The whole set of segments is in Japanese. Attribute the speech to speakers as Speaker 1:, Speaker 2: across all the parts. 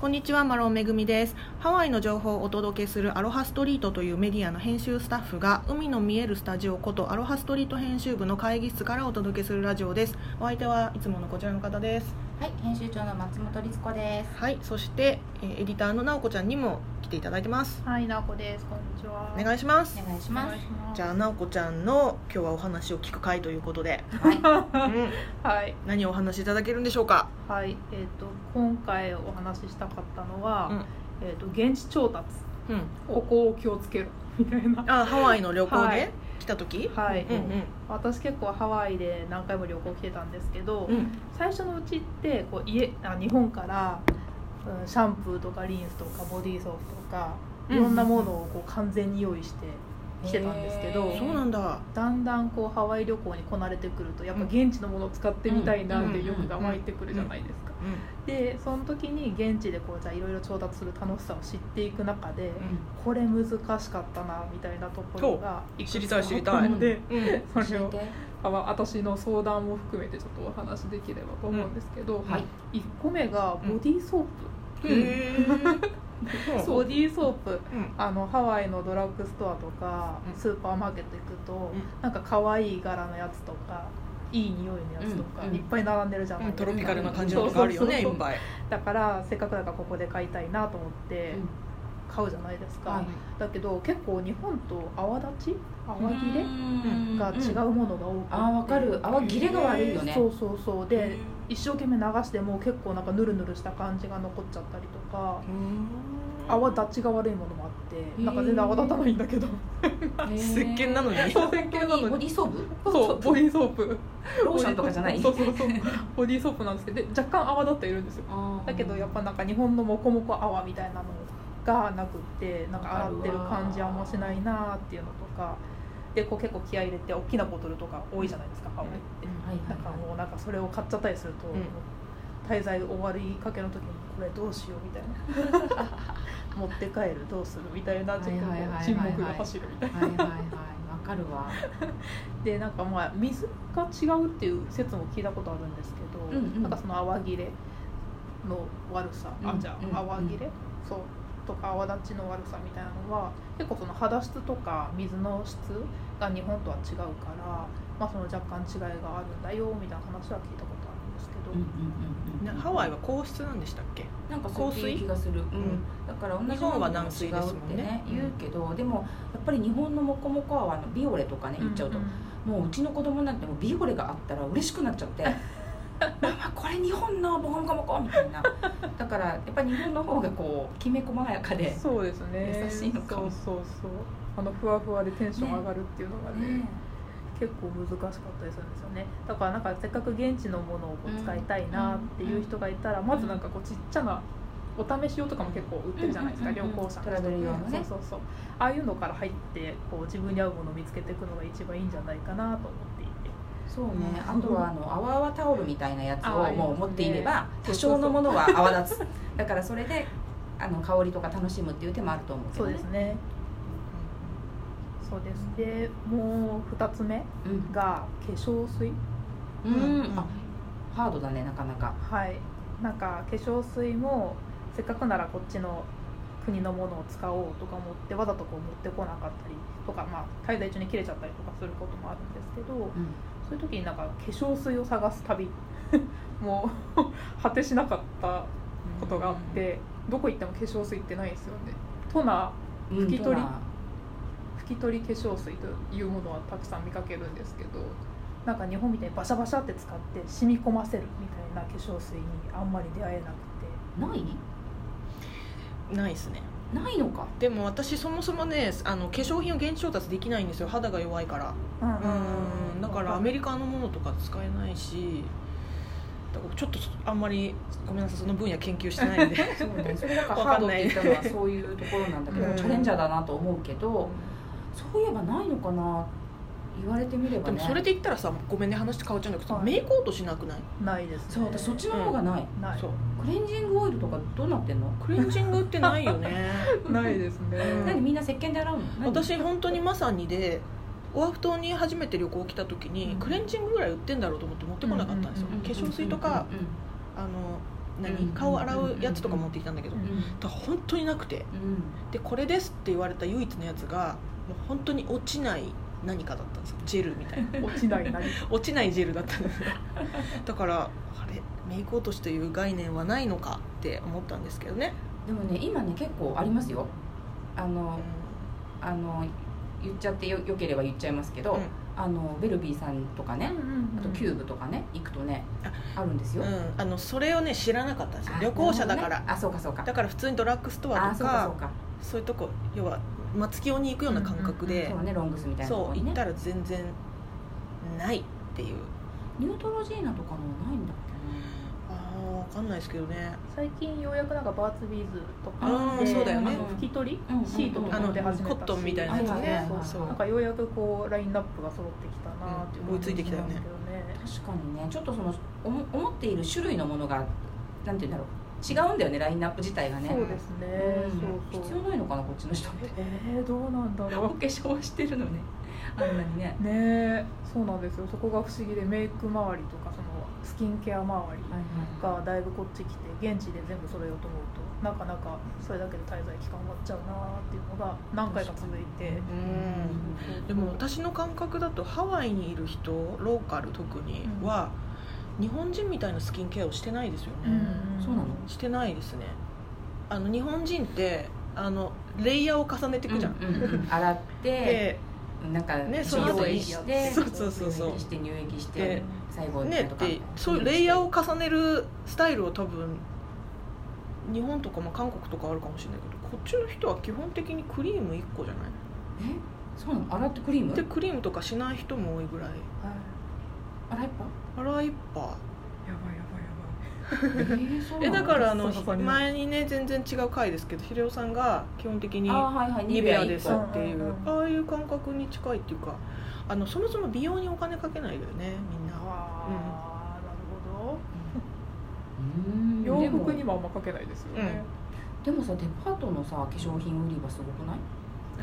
Speaker 1: こんにちはマロンめぐみですハワイの情報をお届けするアロハストリートというメディアの編集スタッフが海の見えるスタジオことアロハストリート編集部の会議室からお届けするラジオですお相手はいつものこちらの方です
Speaker 2: はい、編集長の松本律子です。
Speaker 1: はいそして、えーエディターのなおこちゃんにも来ていただいてます
Speaker 3: はい、なおこです。こんにちは。
Speaker 1: お願いします
Speaker 2: お願いし
Speaker 3: お
Speaker 2: ま
Speaker 3: 願
Speaker 2: す
Speaker 3: い。します。
Speaker 1: じゃあなおこちゃんの今日はお話を聞く回ということで、
Speaker 2: は
Speaker 1: うん
Speaker 3: はい、
Speaker 1: 何をお話しいただけるんでしょうか
Speaker 3: はい、えっ、と、今回お話ししたかったのは、
Speaker 1: うん
Speaker 3: えっ、と、現地調達。
Speaker 1: うん
Speaker 3: ここを気をつけろみたいな。
Speaker 1: あハワイの旅行
Speaker 3: は
Speaker 1: で
Speaker 3: い
Speaker 1: 来た時、
Speaker 3: は
Speaker 1: う
Speaker 3: い、
Speaker 1: ん
Speaker 3: 私結構ハワイで何回も旅行来てたんですけど、
Speaker 1: うん
Speaker 3: 最初のうちってこう家あ日本から、うん、シャンプーとかリンスとかボディーソープとか
Speaker 1: うん
Speaker 3: いろんなものをこう完全に用意して
Speaker 2: い。
Speaker 3: 来てたんですけど
Speaker 1: うんそうなんだ
Speaker 3: だんだんこうハワイ旅行にこなれてくるとやっぱ現地のものを使ってみたいなっていう欲が湧いてくるじゃないですか。
Speaker 1: う
Speaker 3: でその時に現地でこうじゃあいろいろ調達する楽しさを知っていく中で、
Speaker 1: ん
Speaker 3: これ難しかったなみたいなところが
Speaker 1: お
Speaker 3: いくつ
Speaker 1: 知りたい
Speaker 3: か
Speaker 1: 知りたい
Speaker 3: あったので
Speaker 1: うんうん
Speaker 3: それ
Speaker 2: 教
Speaker 3: をあわ私の相談も含めてちょっとお話しできればと思うんですけど、
Speaker 1: はい
Speaker 3: 1個目がボディーソープ、
Speaker 1: へえ
Speaker 3: ボディーソープ
Speaker 1: うん
Speaker 3: あのハワイのドラッグストアとか
Speaker 1: うん
Speaker 3: スーパーマーケット行くと、
Speaker 1: うん
Speaker 3: なんか可愛い柄のやつとかいい匂いのやつとか、
Speaker 2: うんうん
Speaker 3: いっぱい並んでるじゃないですか、
Speaker 1: トロピカルな感じのとかあるよねい
Speaker 3: そうそうそう
Speaker 1: っぱい
Speaker 3: だからせっかくだからここで買いたいなと思って
Speaker 2: うん
Speaker 3: 買うじゃないですか、
Speaker 2: はい
Speaker 3: だけど結構日本と泡立ち泡切れ
Speaker 2: うん
Speaker 3: が違うものが多くて、
Speaker 2: あー、わかる。泡切れが悪いよね。
Speaker 3: そうそうそうで、
Speaker 1: うん
Speaker 3: 一生懸命流しても結構なんかヌルヌルした感じが残っちゃったりとか泡立ちが悪いものもあってなんか全然泡立たないんだけど、
Speaker 2: へー
Speaker 1: 石鹸なのに
Speaker 3: そう石鹸なのに
Speaker 2: ボディーソープ？
Speaker 3: そうボディーソープ
Speaker 2: ローションとかじゃない
Speaker 3: そうそうそうボディーソープなんですけどで若干泡立っているんですよ
Speaker 2: あー
Speaker 3: だけどやっぱなんか日本のモコモコ泡みたいなのがなくってなんか洗ってる感じあんましないなっていうのとかでこう結構気合い入れて大きなボトルとか多いじゃないですかハワイって
Speaker 2: はいはい
Speaker 3: なんか
Speaker 2: は
Speaker 3: もうなんかそれを買っちゃったりすると、
Speaker 1: うん
Speaker 3: 滞在終わりかけの時にこれどうしようみたいな 持って帰るどうするみたいなちょっとこ
Speaker 2: はいはいはいは
Speaker 3: う
Speaker 2: い
Speaker 3: 沈黙が走るみたい
Speaker 2: い。はいはいはい。わかるわ。
Speaker 3: なでなんかまあ水が違うっていう説も聞いたことあるんですけど、
Speaker 2: うんうん
Speaker 3: なんかその泡切れの悪さ、
Speaker 2: うん
Speaker 3: あじゃ
Speaker 2: うん
Speaker 3: あ泡切れ、そうとか泡立ちの悪さみたいなのは結構その肌質とか水の質が日本とは違うから、まあ、その若干違いがあるんだよみたいな話は聞いたことあるんですけど。
Speaker 2: うんうんうん
Speaker 1: な
Speaker 2: うん
Speaker 1: ハワイは皇室なんでしたっけ
Speaker 2: なんかそういう気がする。う
Speaker 1: 水
Speaker 2: ん。だから同じものも
Speaker 1: 日本は
Speaker 2: 違うってね
Speaker 1: 軟水ですもんね
Speaker 2: 言うけど、でもやっぱり日本のモコモコ泡のビオレとかね言っちゃうと
Speaker 3: んん
Speaker 2: もううちの子供なんてもうビオレがあったら嬉しくなっちゃってママこれ日本のボコモコモコみたいなだからやっぱり日本の方がこうきめ細やかで、ね
Speaker 3: そうですね
Speaker 2: 優しいのかも
Speaker 3: そうそうそうあのふわふわでテンション上がるっていうのがね結構難しかったりするんですよねだからなんかせっかく現地のものをこう使いたいなっていう人がいたら、まずなんかこうちっちゃなお試し用とかも結構売ってるじゃないですか、
Speaker 2: うんうんうんうん
Speaker 3: 旅行者の
Speaker 2: ト
Speaker 3: 人
Speaker 2: ラベル用のね
Speaker 3: そうそうそうああいうのから入ってこう自分に合うものを見つけていくのが一番いいんじゃないかなと思っていて
Speaker 2: そうねあとはあの泡泡タオルみたいなやつ
Speaker 3: ああ
Speaker 2: を
Speaker 3: ります
Speaker 2: もう
Speaker 3: ね
Speaker 2: 持っていれば
Speaker 3: そ
Speaker 2: 多
Speaker 3: うそうそ
Speaker 2: 少
Speaker 3: う
Speaker 2: のものは泡立つだからそれであの香りとか楽しむっていう手もあると思うけ
Speaker 3: そ
Speaker 2: ど
Speaker 3: う
Speaker 2: ね
Speaker 3: ですねそうですでもう2つ目
Speaker 2: うん、
Speaker 3: が化粧水
Speaker 2: うん
Speaker 1: うん
Speaker 2: あハードだねなかなか
Speaker 3: はいなんか化粧水もせっかくならこっちの国のものを使おうとか思ってわざとこう持ってこなかったりとか、まあ、滞在中に切れちゃったりとかすることもあるんですけど
Speaker 2: うん
Speaker 3: そういう時になんか化粧水を探す旅 もう 果てしなかったことがあってどこ行っても化粧水ってないですよねトナ
Speaker 2: うん
Speaker 3: 拭き取り
Speaker 2: トナ
Speaker 3: 拭き取り化粧水というものはたくさん見かけるんですけどなんか日本みたいにバシャバシャって使って染み込ませるみたいな化粧水にあんまり出会えなくて
Speaker 2: ーない
Speaker 1: ないですね
Speaker 2: ないのか
Speaker 1: でも私そもそもねあの化粧品を現地調達できないんですよ肌が弱いからうんだからアメ
Speaker 3: リ
Speaker 1: リカのものとか使えないしだからちょっとあんまりごめんなさいその分野研究してないんで
Speaker 2: そうね、それだから
Speaker 1: わか
Speaker 2: ハー
Speaker 1: ん
Speaker 2: ドっ
Speaker 1: な
Speaker 2: て
Speaker 1: い
Speaker 2: 言ったのはそういうところなんだけど、
Speaker 1: うん
Speaker 2: チャレンジャーだなと思うけどそういえばないのかな言われてみれば
Speaker 1: で
Speaker 2: ね
Speaker 1: もそれで言ったらさごめんね話変わっちゃうんだけど、
Speaker 3: はい
Speaker 1: メイク落としなくない
Speaker 3: カないですね
Speaker 2: そう私そっちの方がない、
Speaker 3: ない
Speaker 1: そう
Speaker 2: クレンジングオイルとかどうなってんの、
Speaker 1: クレンジングってないよね
Speaker 3: ないですね
Speaker 1: うん
Speaker 2: 何みんな石鹸で洗うの何
Speaker 1: 私本当にまさにでオアフ島に初めて旅行来た時に、
Speaker 3: うん
Speaker 1: クレンジングぐらい売ってんだろうと思って持ってこなかったんですよ、
Speaker 3: うんうんうん
Speaker 1: 化粧水とか、
Speaker 2: うんうんうん
Speaker 1: あの何、
Speaker 2: うん
Speaker 1: 顔洗うやつとか持ってきたんだけど、
Speaker 3: うん
Speaker 1: だから本当になくてでこれですって言われた唯一のやつがもう本当に落ちない何かだったんですよジェルみたいな
Speaker 3: 落ちな い何
Speaker 1: 落ちないジェルだったんですよだからあれメイク落としという概念はないのかって思ったんですけどね、
Speaker 2: でもね今ね結構ありますよあ
Speaker 1: う
Speaker 2: のあの言っちゃってよよければ言っちゃいますけど、
Speaker 1: うん
Speaker 2: あのベルビーさんとかね、あとキューブとかね行くとねあるんですよ、
Speaker 1: んうんあのそれをね知らなかったんですよ
Speaker 2: あ
Speaker 1: 旅行者だから、
Speaker 2: なるほどねあそうかそうか
Speaker 1: だから普通にドラッグストア
Speaker 2: あ
Speaker 1: と
Speaker 2: そうかそ
Speaker 1: か
Speaker 2: うか
Speaker 1: そういうとこ要は松清に行くような感覚で、
Speaker 2: そうねロングスみたいなと
Speaker 1: そ
Speaker 2: こ
Speaker 1: う
Speaker 2: に
Speaker 1: 行
Speaker 2: ね
Speaker 1: ったら全然ないっていう
Speaker 2: ニュートロジーナとかもないんだっ
Speaker 1: あ分かんないですけどね
Speaker 3: 最近ようやくなんかバーツビーズと
Speaker 1: あ
Speaker 3: か
Speaker 1: ー
Speaker 3: で
Speaker 1: そうだよね
Speaker 3: あの拭き取り
Speaker 2: うんうんうん
Speaker 3: シートと
Speaker 1: あ
Speaker 3: か
Speaker 1: の
Speaker 3: も出始めたし
Speaker 1: コットンみたいなやつ
Speaker 2: はいはい
Speaker 1: ね
Speaker 2: はい
Speaker 1: そ
Speaker 3: なん
Speaker 1: う
Speaker 3: かようやくこうラインナップが揃ってきたなっていう
Speaker 1: うん追いついてきたよね
Speaker 3: 感じなんだけどね
Speaker 2: け確かにねちょっとそのおも思っている種類のものがなんて言うんだろう違うんだよねラインナップ自体がね
Speaker 3: そうですね、
Speaker 2: うん
Speaker 3: そう
Speaker 2: 必
Speaker 3: そう
Speaker 2: 要ないのかなこっち の人って
Speaker 3: えー、どうなんだ
Speaker 2: お
Speaker 3: ろ
Speaker 2: 化粧してるのねあんなにね
Speaker 3: うねえそうなんですよそこが不思議でメイク周りとかそのスキンケア周りがだいぶこっち来て現地で全部揃えようと思うとなかなかそれだけで滞在期間終わっちゃうなっていうのが何回か続いて
Speaker 1: うんでも私の感覚だとハワイにいる人ローカル特に
Speaker 3: うん
Speaker 1: は、日本人みたいなスキンケアをしてないですよ
Speaker 3: う
Speaker 1: ね、
Speaker 3: ん
Speaker 2: そうなの
Speaker 1: してないですねあの日本人ってあのレイヤーを重ねていくじゃん、
Speaker 2: うんうんうん洗って
Speaker 1: で
Speaker 2: なんか
Speaker 1: ねそ
Speaker 2: そ
Speaker 1: の
Speaker 2: の
Speaker 1: 後
Speaker 2: 液
Speaker 1: に
Speaker 2: して
Speaker 1: そうそうそうそう
Speaker 2: 乳液して乳液して
Speaker 1: で
Speaker 2: 最後
Speaker 1: ね
Speaker 2: なんと
Speaker 1: っ
Speaker 2: か
Speaker 1: てそういうレイヤーを重ねるスタイルは多分日本とかも韓国とかあるかもしれないけどこっちの人は基本的にクリーム1個じゃない
Speaker 2: えそうなの洗ってクリーム
Speaker 1: でクリームとかしない人も多いぐらい
Speaker 3: はい
Speaker 2: 洗いっ
Speaker 1: 洗いっぱ
Speaker 3: やばいやばいやばい
Speaker 2: ぱえーそうな
Speaker 1: え
Speaker 2: の
Speaker 1: だからあ
Speaker 3: そ
Speaker 1: の
Speaker 3: うそうそう
Speaker 1: 前にね全然違う回ですけど秀夫さんが基本的に
Speaker 2: あーはいはい
Speaker 1: ニベアです
Speaker 2: 一個
Speaker 1: っていううん
Speaker 3: うん
Speaker 1: ああいう感覚に近いっていうかあのそもそも美容にお金かけないよねみんなは
Speaker 3: あー
Speaker 2: うん
Speaker 3: なるほど洋服
Speaker 2: で
Speaker 3: に
Speaker 2: も
Speaker 3: もあんまかけないですよね、
Speaker 2: でもさデパートのさ化粧品売り場すごくない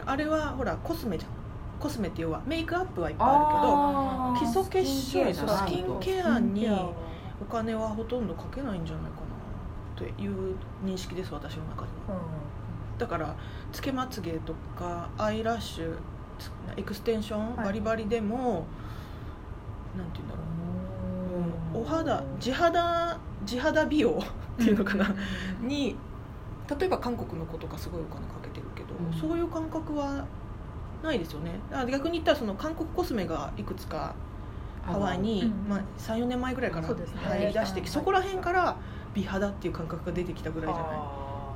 Speaker 1: あれはほらコスメじゃんコスメって要はメイクアップはいっぱいある
Speaker 2: あー
Speaker 1: けど基礎化粧そうス
Speaker 2: ス
Speaker 1: キ
Speaker 2: キ
Speaker 1: ン
Speaker 2: ンケ
Speaker 1: ケアに
Speaker 3: いや
Speaker 1: お金はほとんどかけないんじゃないかなっていう認識です私の中では
Speaker 3: う
Speaker 1: だからつけまつげとかアイラッシュつエクステンション
Speaker 3: はい
Speaker 1: バリバリでも、なんて言うんだろう、
Speaker 2: うん
Speaker 1: お肌地肌地肌美容っていうのかな、に例えば韓国の子とかすごいお金かけてるけど、
Speaker 2: うん
Speaker 1: そういう感覚はないですよねあ逆に言ったらその韓国コスメがいくつかハワイに、
Speaker 3: うん
Speaker 1: まあ、34年前ぐらいから
Speaker 3: そうですね
Speaker 1: 入り出してき
Speaker 2: はい
Speaker 1: そこら辺から美肌っていう感覚が出てきたぐ
Speaker 3: ん
Speaker 1: らいじゃない
Speaker 3: あ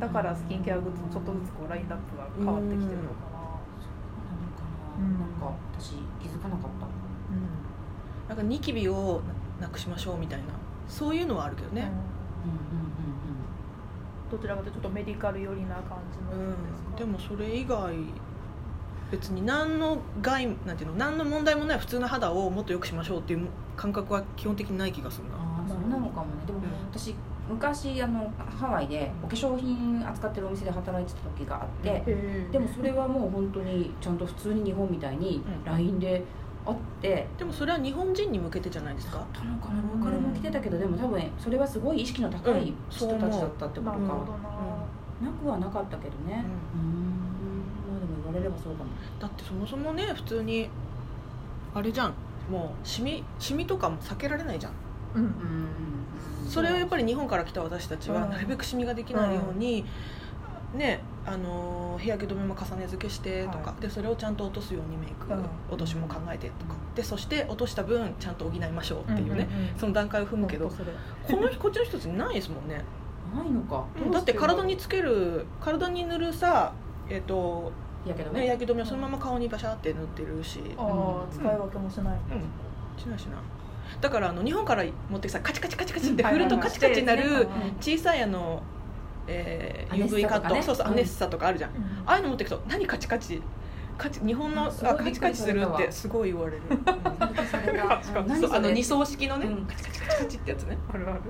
Speaker 3: ーだからスキンケアグッズもちょっとずつこうラインナップが変わってきてるのかな、
Speaker 2: そう
Speaker 3: う
Speaker 2: なの
Speaker 3: ん
Speaker 2: かななんか私気づかなかった
Speaker 1: なんかニキビをなくしましょうみたいなそういうのはあるけど
Speaker 3: うん
Speaker 1: ね、
Speaker 2: うんうん
Speaker 3: どちらかというとちょっとメディカル寄りな感じ
Speaker 1: う
Speaker 3: の
Speaker 1: ん
Speaker 3: ですか、
Speaker 1: でもそれ以外別に何の害なんていうの何の問題もない普通の肌をもっと良くしましょうっていう感覚は基本的にない気がするな、
Speaker 2: ああそうなのかもねでも私昔あのハワイでお化粧品扱ってるお店で働いてた時があって
Speaker 3: へー
Speaker 2: でもそれはもう本当にちゃんと普通に日本みたいに LINE で会って
Speaker 1: でもそれは日本人に向けてじゃないですか
Speaker 2: たのかなローカルも来てたけどでも多分それはすごい意識の高い人たちだったってことか
Speaker 3: なるほどな、
Speaker 2: なくはなかったけどねうんまあでも言われればそうかも
Speaker 1: だってそもそもね普通にあれじゃんもうシミシミとかも避けられないじゃん
Speaker 3: うん
Speaker 2: うん
Speaker 1: それはやっぱり日本から来た私たちは
Speaker 3: うん
Speaker 1: なるべくシミができないように、ねあのー日焼け止めも重ね付けしてとか、
Speaker 3: は
Speaker 1: でそれをちゃんと落とすようにメイク、
Speaker 3: うん
Speaker 1: 落としも考えてとかでそして落とした分ちゃんと補いましょうっていうね、その段階を踏
Speaker 3: うん
Speaker 1: むけど
Speaker 3: 本当それ
Speaker 1: このこっちの人たちないですもんね
Speaker 2: ないのか
Speaker 3: どうしてん
Speaker 1: だって体につける体に塗るさえっ、と、
Speaker 2: やけど
Speaker 1: ね、
Speaker 2: ね
Speaker 1: 焼き止めをそのまま顔にバシャって塗ってるし
Speaker 3: ああ、使い分けもしな
Speaker 1: う
Speaker 3: い、
Speaker 1: んしないしないだからあの日本から持ってきたカチカチカチカチって振ると
Speaker 3: はいはいはい
Speaker 1: カチカチにな
Speaker 2: して
Speaker 1: る
Speaker 2: ですね
Speaker 1: 小さいあの、えー、
Speaker 2: アネッサ
Speaker 1: UV カット
Speaker 2: とかね
Speaker 1: そうそう
Speaker 2: うん
Speaker 1: アネッサとかあるじゃん、
Speaker 3: うん
Speaker 1: ああいうの持ってくと何カチカチカチ日本のあ
Speaker 2: あすごい
Speaker 1: カチカチするっ
Speaker 2: びってくり
Speaker 1: すごい言われる、
Speaker 2: そ れが
Speaker 3: 確かに
Speaker 2: 何
Speaker 1: そう
Speaker 2: そ
Speaker 1: あの
Speaker 2: れ
Speaker 1: 二層式のね、
Speaker 2: うん
Speaker 1: カチカチカチカチってやつね、
Speaker 3: ある
Speaker 2: う
Speaker 3: ある
Speaker 2: んこ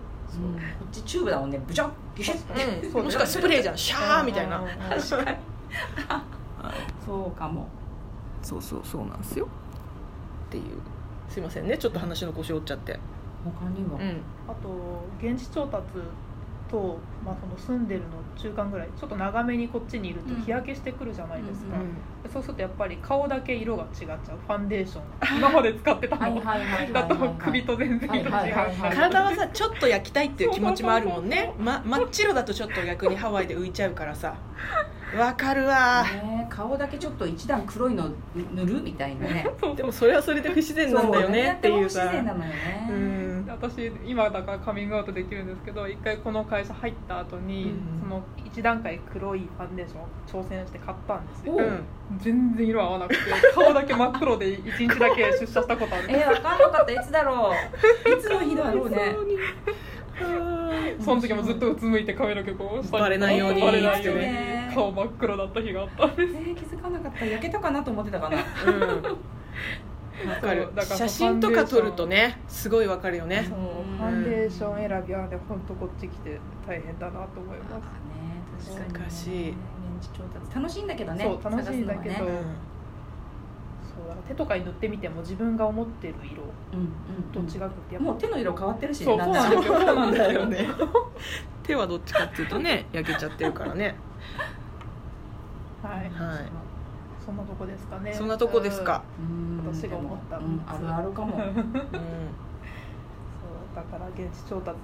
Speaker 2: っちチューブだもんねブジョッギシュッ
Speaker 3: うん
Speaker 1: もしくはスプレーじゃんシャーみたいな、
Speaker 3: うんうんうん
Speaker 2: 確かにそうかも
Speaker 1: そうそうそうなんですよっていうすいませんねちょっと話の腰折っちゃって
Speaker 2: う他には、
Speaker 1: うん
Speaker 3: あと現地調達と、まあ、その住んでるの中間ぐらいちょっと長めにこっちにいると
Speaker 2: うん
Speaker 3: 日焼けしてくるじゃないです
Speaker 1: う
Speaker 3: か、
Speaker 1: ん
Speaker 3: でそうするとやっぱり顔だけ色が違っ ちゃうファンデーション今まで使ってた
Speaker 2: はい
Speaker 3: の
Speaker 2: はいはいはい
Speaker 3: だ
Speaker 2: はい
Speaker 3: と首と全然色違う
Speaker 2: はいはいはい
Speaker 1: 体はさちょっと焼きたいっていう気持ちもあるもんね、ま、真っ白だとちょっと逆にハワイで浮いちゃうからさわかるわ
Speaker 2: ねえ顔だけちょっと一段黒いの塗るみたいなね
Speaker 1: でもそれはそれで不自然なんだよねっていう
Speaker 2: そ
Speaker 1: さ
Speaker 2: ねやっても不自然なのよ
Speaker 1: う
Speaker 2: ね、
Speaker 1: ん
Speaker 3: 私今だからカミングアウトできるんですけど一回この会社入った後に、
Speaker 1: うん
Speaker 3: その1段階黒いファンデーションを挑戦して買ったんですよ
Speaker 2: お
Speaker 1: うん
Speaker 3: 全然色合わなくて 顔だけ真っ黒で1日だけ出社したことある
Speaker 2: えー、分かんなかったいつだろういつの日だろうね
Speaker 1: うん
Speaker 3: その時もずっとうつむいて髪の毛こう下に
Speaker 1: バレないように
Speaker 3: バレないように
Speaker 2: ね
Speaker 3: 顔真っ黒だった日があった
Speaker 2: えー、気づかなかった焼けたかなと思ってたかな
Speaker 1: わかる
Speaker 3: そうだから
Speaker 1: 写真とか撮るとねすごいわかるよね
Speaker 3: そう
Speaker 2: うん
Speaker 3: ファンデーション選びはね本当こっち来て大変だなと思い
Speaker 2: あ
Speaker 3: ま
Speaker 2: ね確かにね
Speaker 1: 難しい
Speaker 2: 現地調達楽しいんだけどね
Speaker 3: そう楽しいんだけど
Speaker 2: 探すのはね
Speaker 1: う
Speaker 3: すそうだから手とかに塗ってみても自分が思ってる色
Speaker 2: うん
Speaker 3: と
Speaker 2: うん
Speaker 3: 違くてやっぱ
Speaker 2: もう手の色変わってるしね
Speaker 3: そう
Speaker 2: なんなら
Speaker 3: そう
Speaker 2: そうなん
Speaker 1: ん
Speaker 2: だよね
Speaker 1: 手はどっちかっていうとね焼けちゃってるからね
Speaker 3: はい
Speaker 1: は
Speaker 3: そんなとこですかね
Speaker 1: いそんなとこですか
Speaker 2: うん
Speaker 3: 私が思った
Speaker 2: でもうんあるあるかも
Speaker 1: うん
Speaker 3: そうだから現地調達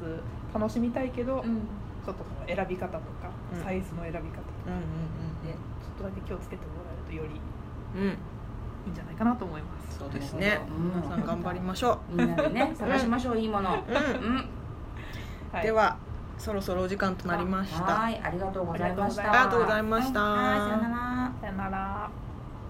Speaker 3: 楽しみたいけど、
Speaker 2: うん
Speaker 3: ちょっとその選び方とか、
Speaker 1: うん
Speaker 3: サイズの選び方とか
Speaker 1: うん
Speaker 3: でちょっとだけ気をつけてもらえるとより
Speaker 1: う
Speaker 3: い
Speaker 1: んうんうん
Speaker 3: いんじゃないかなと思います
Speaker 1: そうですね
Speaker 2: うん
Speaker 1: 皆さん頑張りましょ
Speaker 2: みんなでね探しましょういいもの
Speaker 1: う、うん
Speaker 2: うん
Speaker 3: はい
Speaker 1: ではそろそろお時間となりました
Speaker 2: はいありがとうございました
Speaker 3: ありが
Speaker 1: とうございました
Speaker 2: はいはいさよなら
Speaker 3: さよなら